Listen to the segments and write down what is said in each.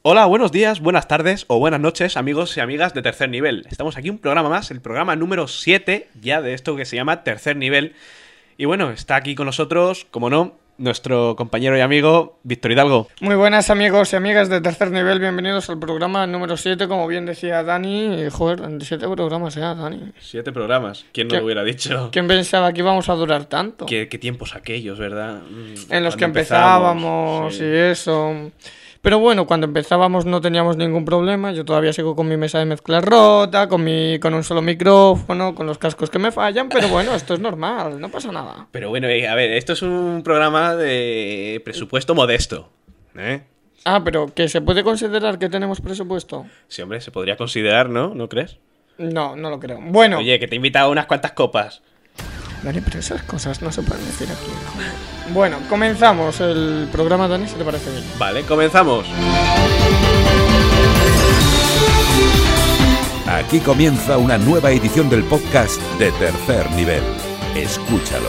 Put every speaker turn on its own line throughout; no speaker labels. Hola, buenos días, buenas tardes o buenas noches, amigos y amigas de tercer nivel. Estamos aquí un programa más, el programa número 7 ya de esto que se llama tercer nivel. Y bueno, está aquí con nosotros, como no, nuestro compañero y amigo Víctor Hidalgo.
Muy buenas amigos y amigas de tercer nivel, bienvenidos al programa número 7, como bien decía Dani. Joder, 7 programas ya, Dani.
Siete programas, ¿quién no
¿Qué-
lo hubiera dicho?
¿Quién pensaba que íbamos a durar tanto?
¿Qué, qué tiempos aquellos, ¿verdad? Mm,
En los
cuando
que empezábamos
sí.
y eso. Pero bueno, cuando empezábamos no teníamos ningún problema. Yo todavía sigo con mi mesa de mezcla rota, con, mi, con un solo micrófono, con los cascos que me fallan, pero bueno, esto es normal, no pasa nada.
Pero bueno, eh, a ver, esto es un programa de presupuesto modesto. ¿Eh?
Ah, pero que se puede considerar que tenemos presupuesto.
Sí, hombre, se podría considerar, ¿no? ¿No crees?
No, no lo creo. Bueno,
Oye, que te he invitado a unas cuantas copas.
Dani, pero esas cosas no se pueden decir aquí. Bueno, comenzamos el programa, Dani, si te parece bien.
Vale, comenzamos.
Aquí comienza una nueva edición del podcast de tercer nivel. Escúchalo.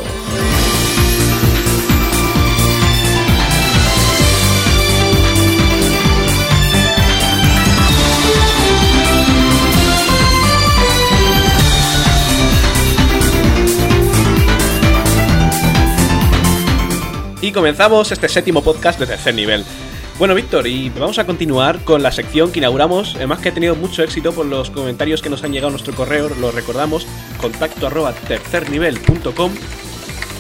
Y comenzamos este séptimo podcast de tercer nivel. Bueno, Víctor, y vamos a continuar con la sección que inauguramos, además que ha tenido mucho éxito por los comentarios que nos han llegado a nuestro correo, lo recordamos, contacto arroba tercernivel.com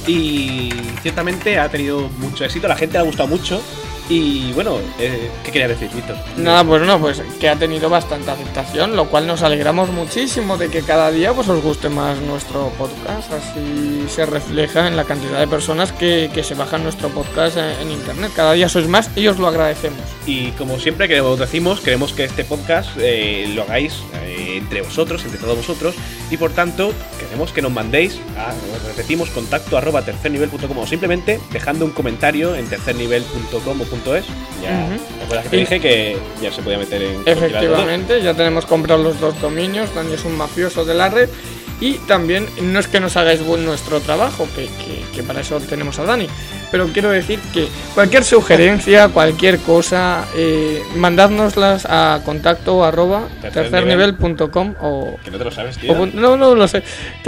y ciertamente ha tenido mucho éxito, la gente le ha gustado mucho y bueno, eh, ¿qué querías decir, Víctor?
Nada, pues no, pues que ha tenido bastante aceptación, lo cual nos alegramos muchísimo de que cada día pues, os guste más nuestro podcast, así se refleja en la cantidad de personas que, que se bajan nuestro podcast en, en internet. Cada día sois más y os lo agradecemos.
Y como siempre que os decimos, queremos que este podcast eh, lo hagáis eh, entre vosotros, entre todos vosotros, y por tanto queremos que nos mandéis a, os repetimos, contacto arroba tercernivel.com o simplemente dejando un comentario en tercernivel.com o punto .es. Ya,
Ujú.
¿te acuerdas que te
Y-
dije que ya se podía meter en... cualquier lado?
Efectivamente, ya tenemos comprados los dos dominios, Dani es un mafioso de la red y también no es que nos hagáis buen nuestro trabajo, que, que- que para eso tenemos a Dani, pero quiero decir que cualquier sugerencia, cualquier cosa, eh, mandádnoslas a contacto arroba
Tercernivel.
tercernivel.com o...
Que no te lo sabes, tío.
o pun- no, no lo sé,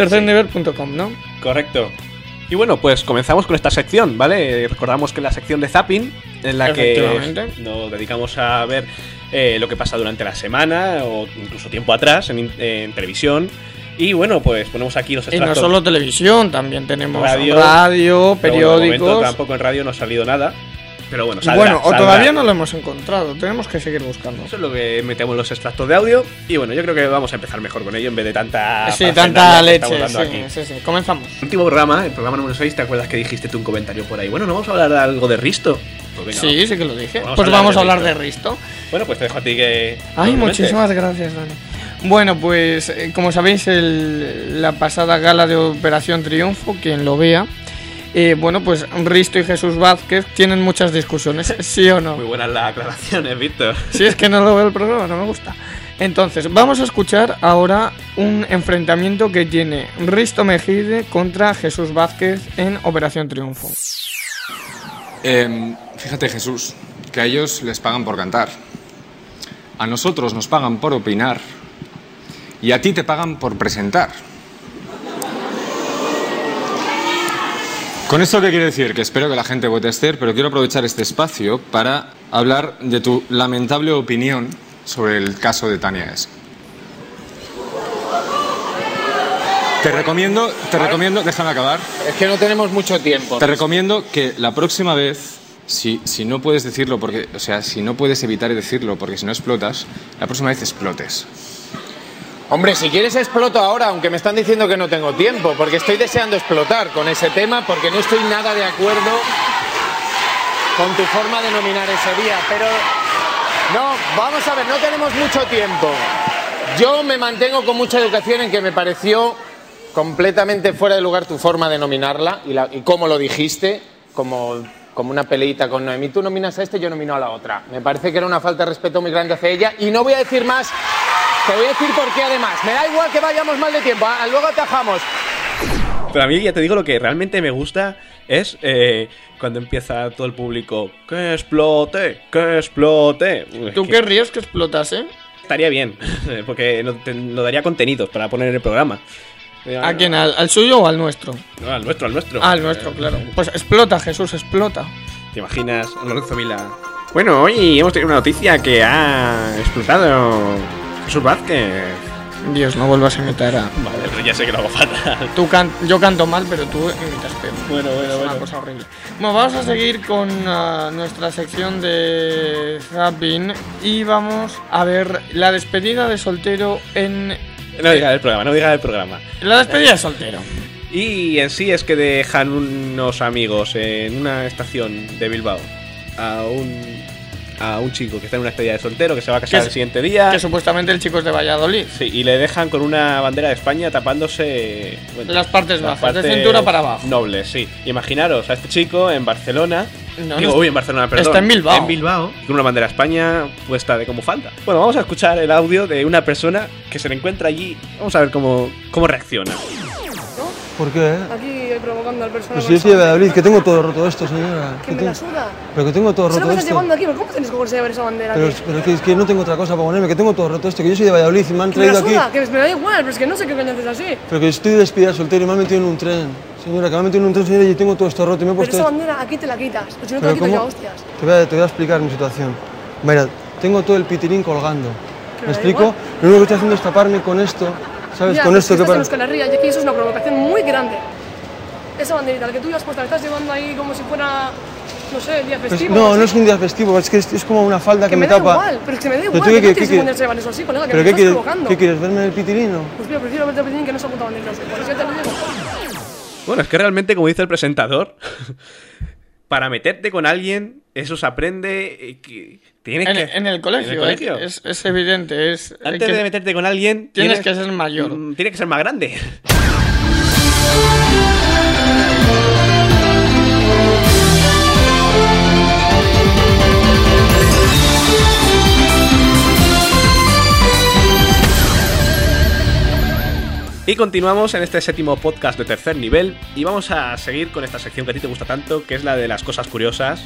tercernivel.com, ¿no?
Correcto. Y bueno, pues comenzamos con esta sección, ¿vale? Recordamos que es la sección de Zapping, en la que
Efectivamente.
nos dedicamos a ver eh, lo que pasa durante la semana o incluso tiempo atrás en, en televisión. Y bueno, pues ponemos aquí los
Y no
extractos.
solo televisión, también tenemos
Radio.
radio,
Pero bueno, de momento
periódicos.
tampoco en radio no ha salido nada. Pero bueno, saldrá,
bueno, o
saldrá.
todavía no lo hemos encontrado, tenemos que seguir buscando.
Eso es lo que metemos en los extractos de audio. Y bueno, yo creo que vamos a empezar mejor con ello en vez de tanta.
Sí,
parchendanda
tanta
Ah, que estamos
leche.
dando
Sí,
aquí.
sí, sí. Comenzamos.
Último programa, el programa número 6, ¿te acuerdas que dijiste tú un comentario por ahí? Bueno, no vamos a hablar de algo de Risto. Pues venga,
sí, sí que lo dije.
Vamos a
pues
hablar
vamos
de
a hablar
Risto.
de Risto.
Bueno, pues te dejo a ti que.
Ay,
Normalmente.
muchísimas gracias, Dani. Bueno, pues eh, como sabéis, el- la pasada gala de Operación Triunfo, quien lo vea, eh, bueno, pues Risto y Jesús Vázquez tienen muchas discusiones, ¿sí o no?
Muy buenas las aclaraciones, Víctor.
Si es que no lo veo el programa, no me gusta. Entonces, vamos a escuchar ahora un enfrentamiento que tiene Risto Mejide contra Jesús Vázquez en Operación Triunfo.
Eh, fíjate Jesús, que a ellos les pagan por cantar, a nosotros nos pagan por opinar y a ti te pagan por presentar. Con esto qué quiero decir, que espero que la gente vote a Esther, pero quiero aprovechar este espacio para hablar de tu lamentable opinión sobre el caso de Tania S. Te recomiendo, te recomiendo, déjame acabar.
Es que no tenemos mucho tiempo.
Te recomiendo que la próxima vez, si, si no puedes decirlo, porque, o sea, si no puedes evitar decirlo, porque si no explotas, la próxima vez explotes.
Hombre, si quieres exploto ahora, aunque me están diciendo que no tengo tiempo, porque estoy deseando explotar con ese tema, porque no estoy nada de acuerdo con tu forma de nominar ese día. Pero no, vamos a ver, no tenemos mucho tiempo. Yo me mantengo con mucha educación en que me pareció completamente fuera de lugar tu forma de nominarla y, la- y cómo lo dijiste, como, como una peleita con Noemí. Tú nominas a este, yo nomino a la otra. Me parece que era una falta de respeto muy grande hacia ella y no voy a decir más. Te voy a decir por qué además. Me da igual que vayamos mal de tiempo, ah, luego atajamos.
Pero a mí ya te digo lo que realmente me gusta es eh, cuando empieza todo el público que explote, que explote. Uy,
¿Tú
que
querrías que explotase?
estaría bien porque no te- no daría contenidos para poner en el programa.
¿A quién? ¿Al, al suyo o al nuestro?
No, al nuestro, al nuestro.
Ah, al nuestro, claro. Pues explota, Jesús, explota.
¿Te imaginas a Lorenzo Vila? Bueno, hoy hemos tenido una noticia que ha explotado Jesús Vázquez.
Dios, no vuelvas a imitar a.
Vale, pero ya sé que no hago falta.
Tú can- Yo canto mal, pero tú imitas peor.
Bueno, bueno,
Es una cosa horrible. Bueno, vamos a seguir con ah, nuestra sección de Zapping y vamos a ver la despedida de soltero en.
No digas el programa, no digas el programa.
La despedida de soltero.
Y en sí es que dejan unos amigos en una estación de Bilbao a un, a un chico que está en una despedida de soltero que se va a casar
Que-
el siguiente día.
Que supuestamente el chico es de Valladolid.
Sí, y le dejan con una bandera de España tapándose bueno,
Las partes
las
bajas, de
partes
cintura para abajo.
Nobles, sí. Imaginaros a este chico en Barcelona.
No,
digo,
no
uy, en Barcelona, perdón.
está en Bilbao.
En Bilbao. Con una bandera de España puesta de como falta. Bueno, vamos a escuchar el audio de una persona que se le encuentra allí. Vamos a ver cómo, cómo reacciona.
¿Por qué?
Aquí eh, provocando al personal.
Pues si yo soy de Valladolid, que tengo todo roto esto, señora.
Que me
tengo-
la suda.
Pero que tengo todo
Solo
roto
me estás
esto.
llevando aquí, ¿pero ¿cómo tienes que llevar esa bandera?
Pero,
aquí?
pero que, es que no tengo otra cosa para ponerme, que tengo todo roto esto, que yo soy de Valladolid y me han
que me
traído
la
aquí.
suda, que me da igual, pero es que no sé qué coño haces así.
Pero que estoy de despedida soltero y me han metido en un tren. Señora, que me han metido en un tren, señora, y yo tengo todo esto roto y me he
Pero
puesto...
esa bandera aquí te la quitas. Pues si no te la quito
Pues ¿cómo?
yo, hostias.
Te voy, a, te voy a explicar mi situación. Mira, tengo todo el pitilín colgando.
Pero
¿Me
da
explico?
igual.
Lo único que estoy haciendo es taparme con esto, ¿sabes?
Ya,
con
pero
esto
es
que
estás en
para...
Euskal Herria y aquí eso es una provocación muy grande. Esa banderita, la que tú llevas puesta, la estás llevando ahí como si fuera, no sé, el día
Pues-
festivo.
no,
así.
no es un día festivo, es que es, es como una falda que,
Que me da
tapa.
igual, pero es que me da
Pero
igual.
tú
que
qué-
no
qué
tienes que
quieres-
ponerse llevar eso así, colega, que
¿Pero
me
qué
estás
quieres,
provocando.
qué quieres? ¿Verme el pitilín o?
Pues mira, prefiero verte pedir que no esa puta bandera. Por eso ya te lo digo.
Bueno, es que realmente, como dice el presentador, para meterte con alguien, eso se aprende. eh, que tienes
En,
que,
en el colegio,
en el
¿eh?
colegio.
Es, es evidente. Es,
Antes
que-
de meterte con alguien,
tienes que ser mayor.
Mm, Tienes que ser más grande. Y continuamos en este séptimo podcast de tercer nivel y vamos a seguir con esta sección que a ti te gusta tanto, que es la de las cosas curiosas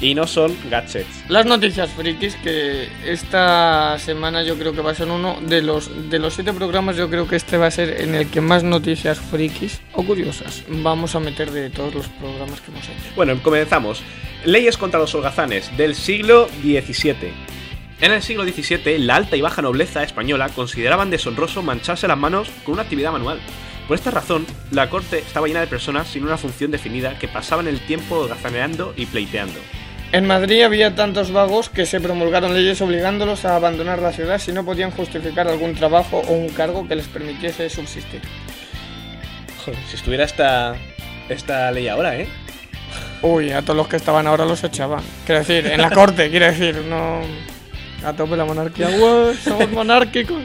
y no son gadgets.
Las noticias frikis que esta semana yo creo que va a ser uno de los de los siete programas yo creo que este va a ser en el que más noticias frikis o curiosas vamos a meter de todos los programas que hemos hecho.
Bueno, comenzamos. Leyes contra los holgazanes del siglo XVII. En el siglo XVII, la alta y baja nobleza española consideraban deshonroso mancharse las manos con una actividad manual. Por esta razón, la corte estaba llena de personas sin una función definida que pasaban el tiempo holgazaneando y pleiteando.
En Madrid había tantos vagos que se promulgaron leyes obligándolos a abandonar la ciudad si no podían justificar algún trabajo o un cargo que les permitiese subsistir.
Joder, si estuviera esta, esta ley ahora, ¿eh?
Uy, a todos los que estaban ahora los echaban. Quiero decir, en la corte, quiero decir, no a tope la monarquía. ¡Ué, somos monárquicos.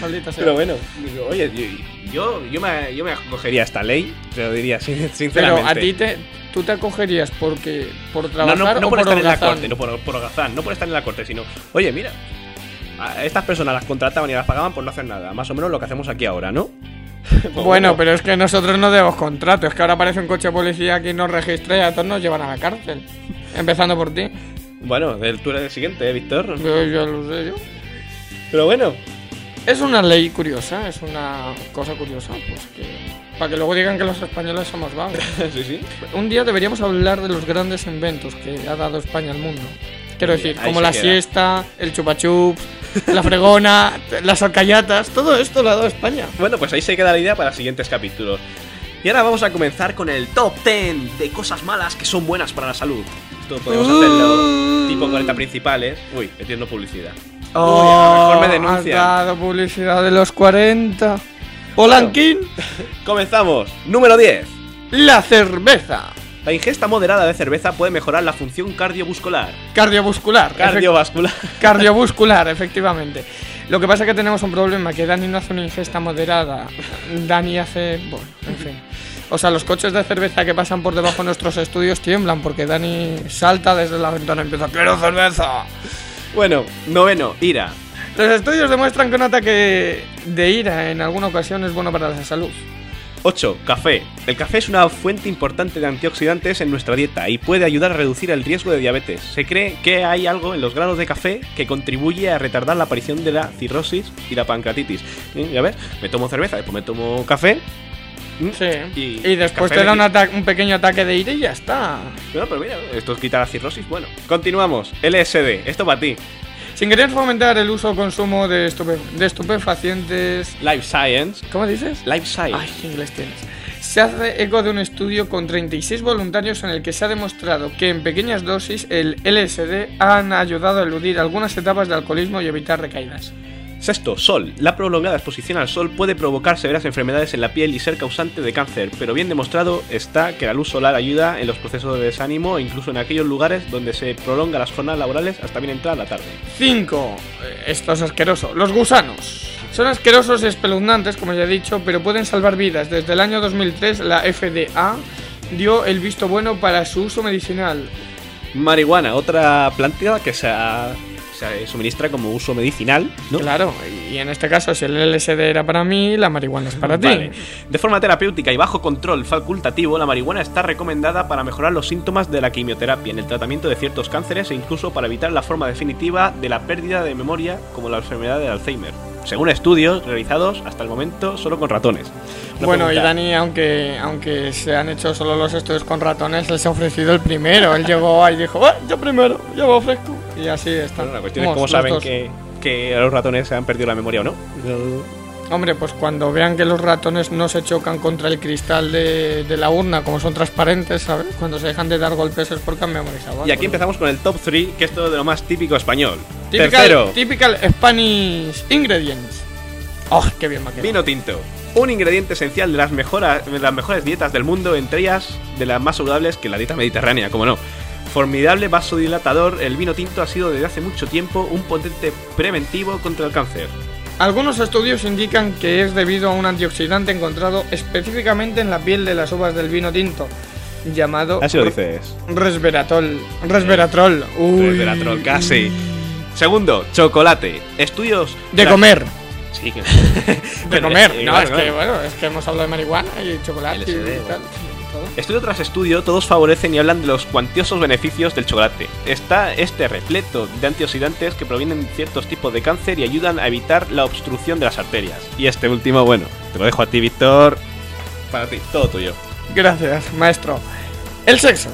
Maldita sea.
Pero bueno, digo, oye, yo, yo, yo me, yo me acogería a esta ley, te lo diría sin-
Pero
sinceramente.
a ti te, tú te acogerías porque por
No,
trabajar
no, no
o
por estar en la
holgazán?
corte, no por, por holgazán, no por estar en la corte, sino, oye, mira, a estas personas las contrataban y las pagaban por no hacer nada. Más o menos lo que hacemos aquí ahora, ¿no?
Bueno, pero es que nosotros no debemos contrato. Es que ahora aparece un coche de policía que nos registra y a todos nos llevan a la cárcel. Empezando por ti.
Bueno, el- tú eres el siguiente, ¿eh, Víctor.
Yo, yo lo sé yo.
Pero bueno,
Es una ley curiosa, es una cosa curiosa, pues que. Para que luego digan que los españoles somos vagos.
sí, sí.
Un día deberíamos hablar de los grandes inventos que ha dado España al mundo. Quiero
Ahí-
decir,
ahí
como
se
la
queda.
siesta, el chupachups, la fregona, las alcayatas, todo esto lo ha dado España.
Bueno, pues ahí se queda la idea para los siguientes capítulos. Y ahora vamos a comenzar con el top 10 de cosas malas que son buenas para la salud. Esto podemos
Uh.
hacerlo tipo 40 principales. Uy, metiendo publicidad.
Oh,
Uy, a lo mejor me denuncian.
Has dado publicidad de los 40. Polanquín,
Comenzamos. Número 10.
la cerveza.
La ingesta moderada de cerveza puede mejorar la función cardiovascular.
Cardiovascular. efect-
Cardiovascular.
Cardiovascular, efectivamente. Lo que pasa es que tenemos un problema, que Dani no hace una ingesta moderada. Dani hace... Bueno, en fin. O sea, los coches de cerveza que pasan por debajo de nuestros estudios tiemblan porque Dani salta desde la ventana y empieza... ¡Quiero cerveza!
Bueno, noveno, ira.
Los estudios demuestran que un ataque de ira en alguna ocasión es bueno para la salud.
8. Café. El café es una fuente importante de antioxidantes en nuestra dieta y puede ayudar a reducir el riesgo de diabetes. Se cree que hay algo en los granos de café que contribuye a retardar la aparición de la cirrosis y la pancreatitis. ¿Eh? Ya ves, me tomo cerveza, después me tomo café. ¿Mm?
Sí.
Y-
Y, después
café
te
de-
da un, ata- un pequeño ataque de ira y ya está.
Bueno, pero mira, esto es quitar la cirrosis. Bueno, continuamos. LSD, esto para ti.
Sin querer fomentar el uso o consumo de, estupe- de estupefacientes.
Life Science.
¿Cómo dices?
Life Science.
Ay, qué inglés tienes. Se hace eco de un estudio con 36 voluntarios en el que se ha demostrado que en pequeñas dosis el LSD han ayudado a eludir algunas etapas de alcoholismo y evitar recaídas.
Sexto, sol. La prolongada exposición al sol puede provocar severas enfermedades en la piel y ser causante de cáncer, pero bien demostrado está que la luz solar ayuda en los procesos de desánimo e incluso en aquellos lugares donde se prolonga las jornadas laborales hasta bien entrada la tarde.
5. Esto es asqueroso. Eh, Los gusanos. Son asquerosos y espeluznantes, como ya he dicho, pero pueden salvar vidas. Desde el año 2003 la FDA dio el visto bueno para su uso medicinal.
Marihuana, otra planta que se, ha- se suministra como uso medicinal, ¿no?
Claro, y en este caso si el LSD era para mí, la marihuana es para ti.
Vale. De forma terapéutica y bajo control facultativo, la marihuana está recomendada para mejorar los síntomas de la quimioterapia en el tratamiento de ciertos cánceres e incluso para evitar la forma definitiva de la pérdida de memoria como la enfermedad de Alzheimer, según estudios realizados hasta el momento solo con ratones. Una
bueno, y
pregunta,
Dani, aunque, aunque se han hecho solo los estudios con ratones, él se ha ofrecido el primero. Él llegó ahí y dijo, "Ah, yo primero, yo me ofrezco. Y así está.
bueno, la cuestión es
Vamos,
cómo
los
saben
dos.
que, que a los ratones se han perdido la memoria o no.
Hombre, pues cuando vean que los ratones no se chocan contra el cristal de, de la urna, como son transparentes, ¿sabes? Cuando se dejan de dar golpes es porque han memorizado.
Y
algo.
aquí empezamos con el top 3, que es todo de lo más típico español.
Typical,
Tercero,
typical Spanish ingredients. ¡Oh, qué bien me ha quedado.
Vino tinto. Un ingrediente esencial de las, mejora- de las mejores dietas del mundo, entre ellas de las más saludables que la dieta mediterránea, como no. Formidable vasodilatador, el vino tinto ha sido desde hace mucho tiempo un potente preventivo contra el cáncer.
Algunos estudios indican que es debido a un antioxidante encontrado específicamente en la piel de las uvas del vino tinto, llamado
dices.
resveratrol. Resveratrol. Uy.
Resveratrol, casi. Segundo, chocolate. Estudios.
De
la-
comer,
Sí, que-
de
Pero,
comer.
eh,
No,
claro,
es que
claro.
bueno, es que hemos hablado de marihuana y chocolate
LSD,
y tal.
bueno.
y todo.
Estudio tras estudio, todos favorecen y hablan de los cuantiosos beneficios del chocolate. Está este repleto de antioxidantes que provienen de ciertos tipos de cáncer y ayudan a evitar la obstrucción de las arterias. Y este último, bueno, te lo dejo a ti, Víctor. Para ti, todo tuyo.
Gracias, maestro. El sexo.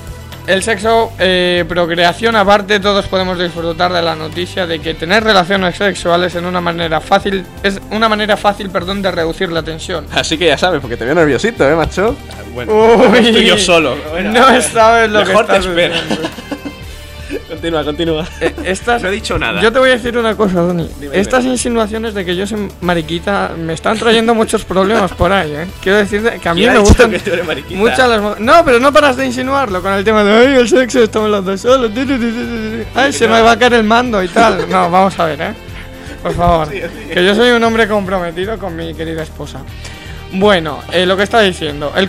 El sexo, eh, procreación aparte, todos podemos disfrutar de la noticia de que tener relaciones sexuales en una manera fácil es una manera fácil, perdón, de reducir la tensión.
Así que ya sabes, porque te veo nerviosito, ¿eh, macho? Bueno,
Uy.
estoy yo solo. Bueno,
no sabes lo
mejor
que
te
estás
espero.
viviendo.
Continúa, continúa.
Eh, Estas,
No he dicho nada.
Yo te voy a decir una cosa, Dani.
dime.
Estas insinuaciones de que yo soy mariquita me están trayendo muchos problemas por ahí, ¿eh? Quiero decirte que a mí
¿Quién ha
me
dicho
gustan
que tú eres mariquita?
muchas las mu- No, pero no paras de insinuarlo con el tema de ay, el sexo estamos los dos solos. ti, ti, ti, ti, ti, ti. Ay, se me va a caer el mando y tal. No, vamos a ver, ¿eh? Por favor, que yo soy un hombre comprometido con mi querida esposa. Bueno, eh, lo que está diciendo, el eh,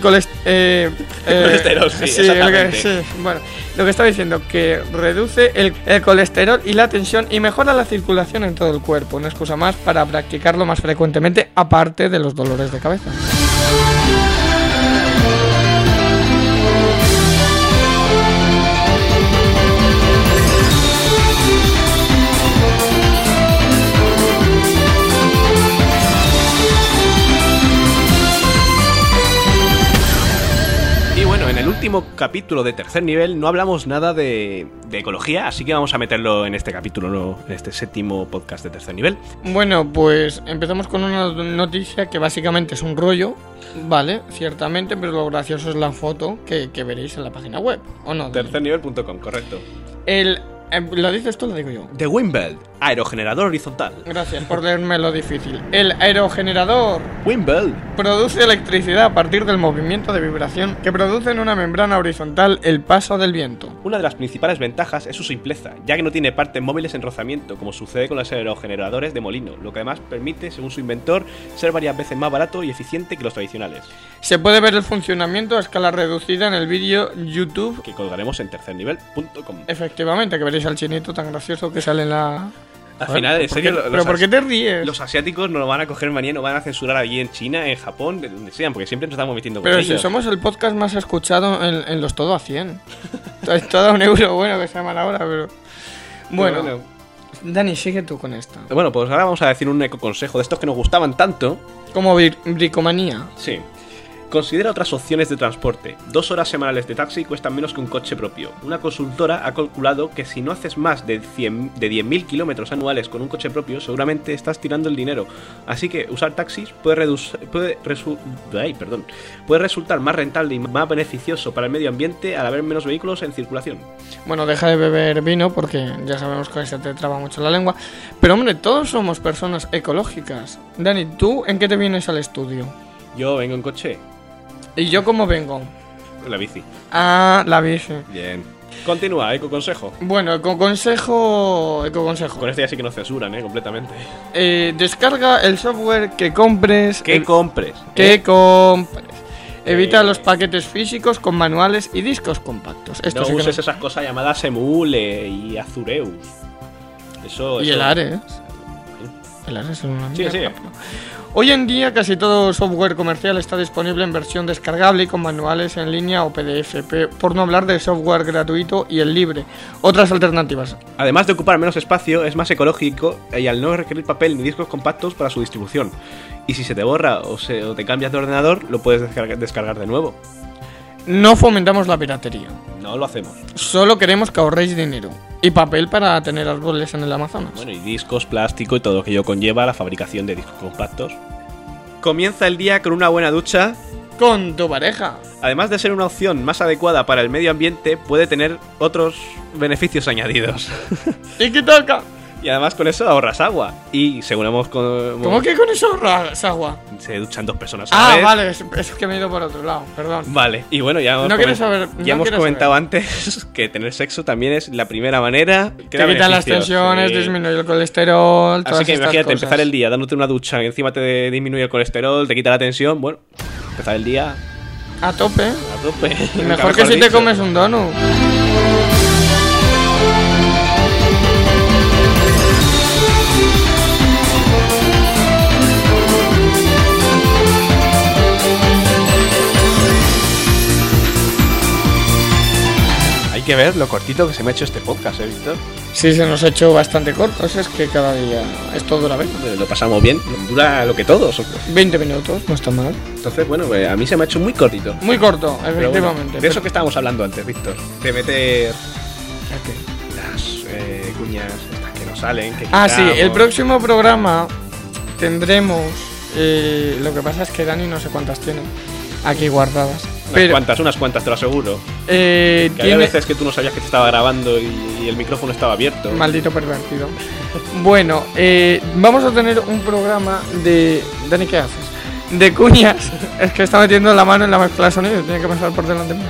colesterol.
colesterol, sí, exactamente.
bueno, lo que está diciendo, que reduce el, el colesterol y la tensión y mejora la circulación en todo el cuerpo. Una excusa más para practicarlo más frecuentemente, aparte de los dolores de cabeza.
Y bueno, en el último capítulo de tercer nivel no hablamos nada de, de ecología, así que vamos a meterlo en este capítulo, ¿no? en este séptimo podcast de tercer nivel.
Bueno, pues empezamos con una noticia que básicamente es un rollo, ¿vale? Ciertamente, pero lo gracioso es la foto que, que veréis en la página web, ¿o no? Dani?
Tercernivel.com, correcto.
El, eh, ¿Lo dices tú o lo digo yo?
The Wimbledon, aerogenerador horizontal.
Gracias por leerme lo difícil. El aerogenerador
Wimbledon.
produce electricidad a partir del movimiento de vibración que produce en una membrana horizontal el paso del viento.
Una de las principales ventajas es su simpleza, ya que no tiene partes móviles en rozamiento, como sucede con los aerogeneradores de molino, lo que además permite, según su inventor, ser varias veces más barato y eficiente que los tradicionales,
Se puede ver el funcionamiento a escala reducida en el vídeo YouTube.
que colgaremos en tercernivel.com.
Efectivamente, que veréis al chinito tan gracioso que sale en la,
Al final, en
Eh, ¿Por
serio,
qué-
lo- los
¿Pero por
as-
qué te ríes?
Los asiáticos nos van a coger manía, nos van a censurar allí en China, en Japón, de donde sean, porque siempre nos estamos metiendo con
Pero si
ellos.
somos el podcast más escuchado en, en los todo a 100. Te has te ha dado un euro bueno que se llama la hora, pero. Bueno,
Pero bueno.
Dani, sigue tú con esta.
Bueno, pues ahora vamos a decir un ecoconsejo de estos que nos gustaban tanto.
Como bri- bricomanía.
Sí. Considera otras opciones de transporte. Dos horas semanales de taxi cuestan menos que un coche propio. Una consultora ha calculado que si no haces más de 100 de 10.000 kilómetros anuales con un coche propio, seguramente estás tirando el dinero. Así que usar taxis puede, reduc- puede, resu- ay, perdón. puede resultar más rentable y más beneficioso para el medio ambiente al haber menos vehículos en circulación.
Bueno, deja de beber vino porque ya sabemos que se te traba mucho la lengua. Pero hombre, todos somos personas ecológicas. Dani, ¿tú en qué te vienes al estudio?
Yo vengo en coche,
¿Y yo cómo vengo?
la bici.
Ah, la bici.
Bien. Continúa, ecoconsejo.
Bueno, eco consejo. Eco consejo.
Con este ya sí que nos censuran, ¿eh? Completamente.
Eh, descarga el software que compres.
¿Qué
el-
compres?
que
¿Eh?
compres. Evita
Eh.
los paquetes físicos con manuales y discos compactos. Esto
no
sí que
uses
no-
esas cosas llamadas Emule y Azureus. Eso,
Y
eso-
el ¿eh? Ares. El Ares es una
Sí, sí.
mierda. Hoy en día casi todo software comercial está disponible en versión descargable y con manuales en línea o PDF, pe- por no hablar del software gratuito y el libre. Otras alternativas.
Además de ocupar menos espacio, es más ecológico eh, y al no requerir papel ni discos compactos para su distribución. Y si se te borra o, se- o te cambias de ordenador, lo puedes descarga- descargar de nuevo.
No fomentamos la piratería.
No lo hacemos.
Solo queremos que ahorréis dinero y papel para tener árboles en el Amazonas.
Bueno, y discos, plástico y todo lo que ello conlleva la fabricación de discos compactos. Comienza el día con una buena ducha.
Con tu pareja.
Además de ser una opción más adecuada para el medio ambiente, puede tener otros beneficios añadidos.
¿Y toca?
Y además con eso ahorras agua. Y según hemos... con-
¿Cómo que con eso ahorras agua?
Se duchan dos personas a la
Ah,
vez.
vale, es, es que me he ido por otro lado, perdón.
Vale, y bueno, ya hemos,
No quiero
comen-
saber,
ya
no
hemos
quiero
comentado antes que tener sexo también es la primera manera que
Te
da
quitan las
beneficios.
tensiones,
Sí.
disminuye el colesterol, todas
Así que
estas
imagínate
cosas.
empezar el día dándote una ducha, que encima te disminuye el colesterol, te quita la tensión. Bueno, empezar el día
A tope.
a tope.
Y
Nunca
mejor que si te
dicho.
comes un donut.
Hay que ver lo cortito que se me ha hecho este podcast, ¿eh, Víctor?
Sí, se nos ha hecho bastante corto, es que cada día esto dura 20.
Eh, Lo pasamos bien, dura lo que todos.
20 minutos, no está mal.
Entonces, bueno, pues, a mí se me ha hecho muy cortito.
Muy corto,
Pero bueno,
efectivamente.
de eso que estábamos hablando antes, Víctor. De meter
pero- Ok.
las eh, cuñas estas que nos salen. Que
Ah, sí, el
quitamos.
próximo programa tendremos... eh, lo que pasa es que Dani no sé cuántas tiene aquí guardadas.
Unas
Pero
cuantas, unas cuantas, te lo aseguro.
eh,
Que había
tiene-
veces que tú no sabías que te estaba grabando y, y el micrófono estaba abierto.
Maldito pervertido. Bueno, eh, vamos a tener un programa de. Dani, ¿qué haces? De cuñas. Es que está metiendo la mano en la mezcla de sonido, tiene que pasar por delante mío.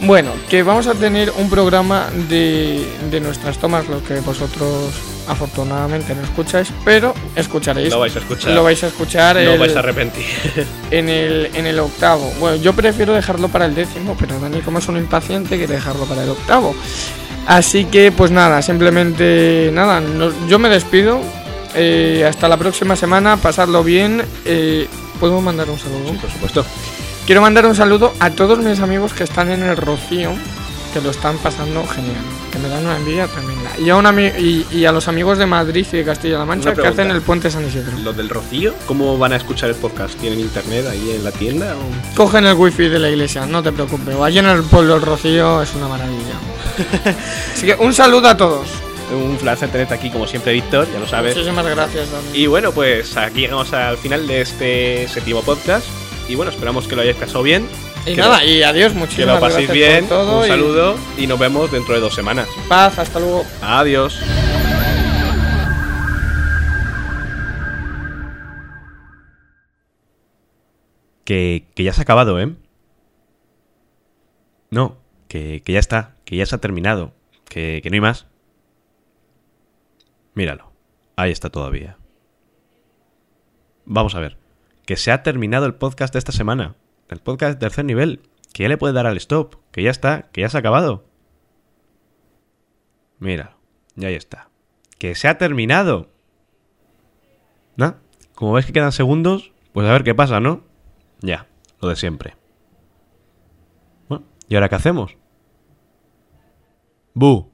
Bueno, que vamos a tener un programa de, de nuestras tomas, lo que vosotros afortunadamente no escucháis, pero escucharéis.
Lo vais a escuchar.
Lo vais a escuchar
No
el-
vais a arrepentir.
en, el, en el octavo. Bueno, yo prefiero dejarlo para el décimo, pero Dani, como es un impaciente, quiere dejarlo para el octavo. Así que, pues nada, simplemente nada, no- yo me despido. eh, hasta la próxima semana, pasadlo bien. eh, ¿Puedo mandar un saludo?
por supuesto.
Quiero mandar un saludo a todos mis amigos que están en el Rocío, que lo están pasando genial, que me dan una envidia tremenda. Y a, un ami- y, y a los amigos de Madrid y de Castilla-La Mancha
Una
que hacen
pregunta.
el puente San Isidro.
¿Los del Rocío? ¿Cómo van a escuchar el podcast? ¿Tienen internet ahí en la tienda? o-
Cogen el wifi de la iglesia, no te preocupes. Allí en el pueblo del Rocío es una maravilla. Así que un saludo a todos.
Un placer tenerte aquí, como siempre, Víctor, ya lo sabes.
Muchísimas gracias, Dani.
Y bueno, pues aquí llegamos al final de este séptimo podcast. Y bueno, esperamos que lo hayáis pasado bien.
Y,
que
nada,
lo-
y adiós,
que
muchísimas
lo paséis
gracias
bien.
por todo.
un
y
saludo y nos vemos dentro de dos semanas.
paz, hasta luego.
Adiós. Que, que ya se ha acabado, ¿eh? No, que, que ya está, que ya se ha terminado, que, que no hay más. Míralo, ahí está todavía. Vamos a ver, que se ha terminado el podcast de esta semana, el podcast de tercer nivel, que ya le puede dar al stop, que ya está, que ya se ha acabado. Míralo, ya ahí está.
que se ha terminado. ¿No? Como ves que quedan segundos, pues a ver qué pasa, ¿no? Ya, lo de siempre. Bueno, ¿y ahora qué hacemos? Bu.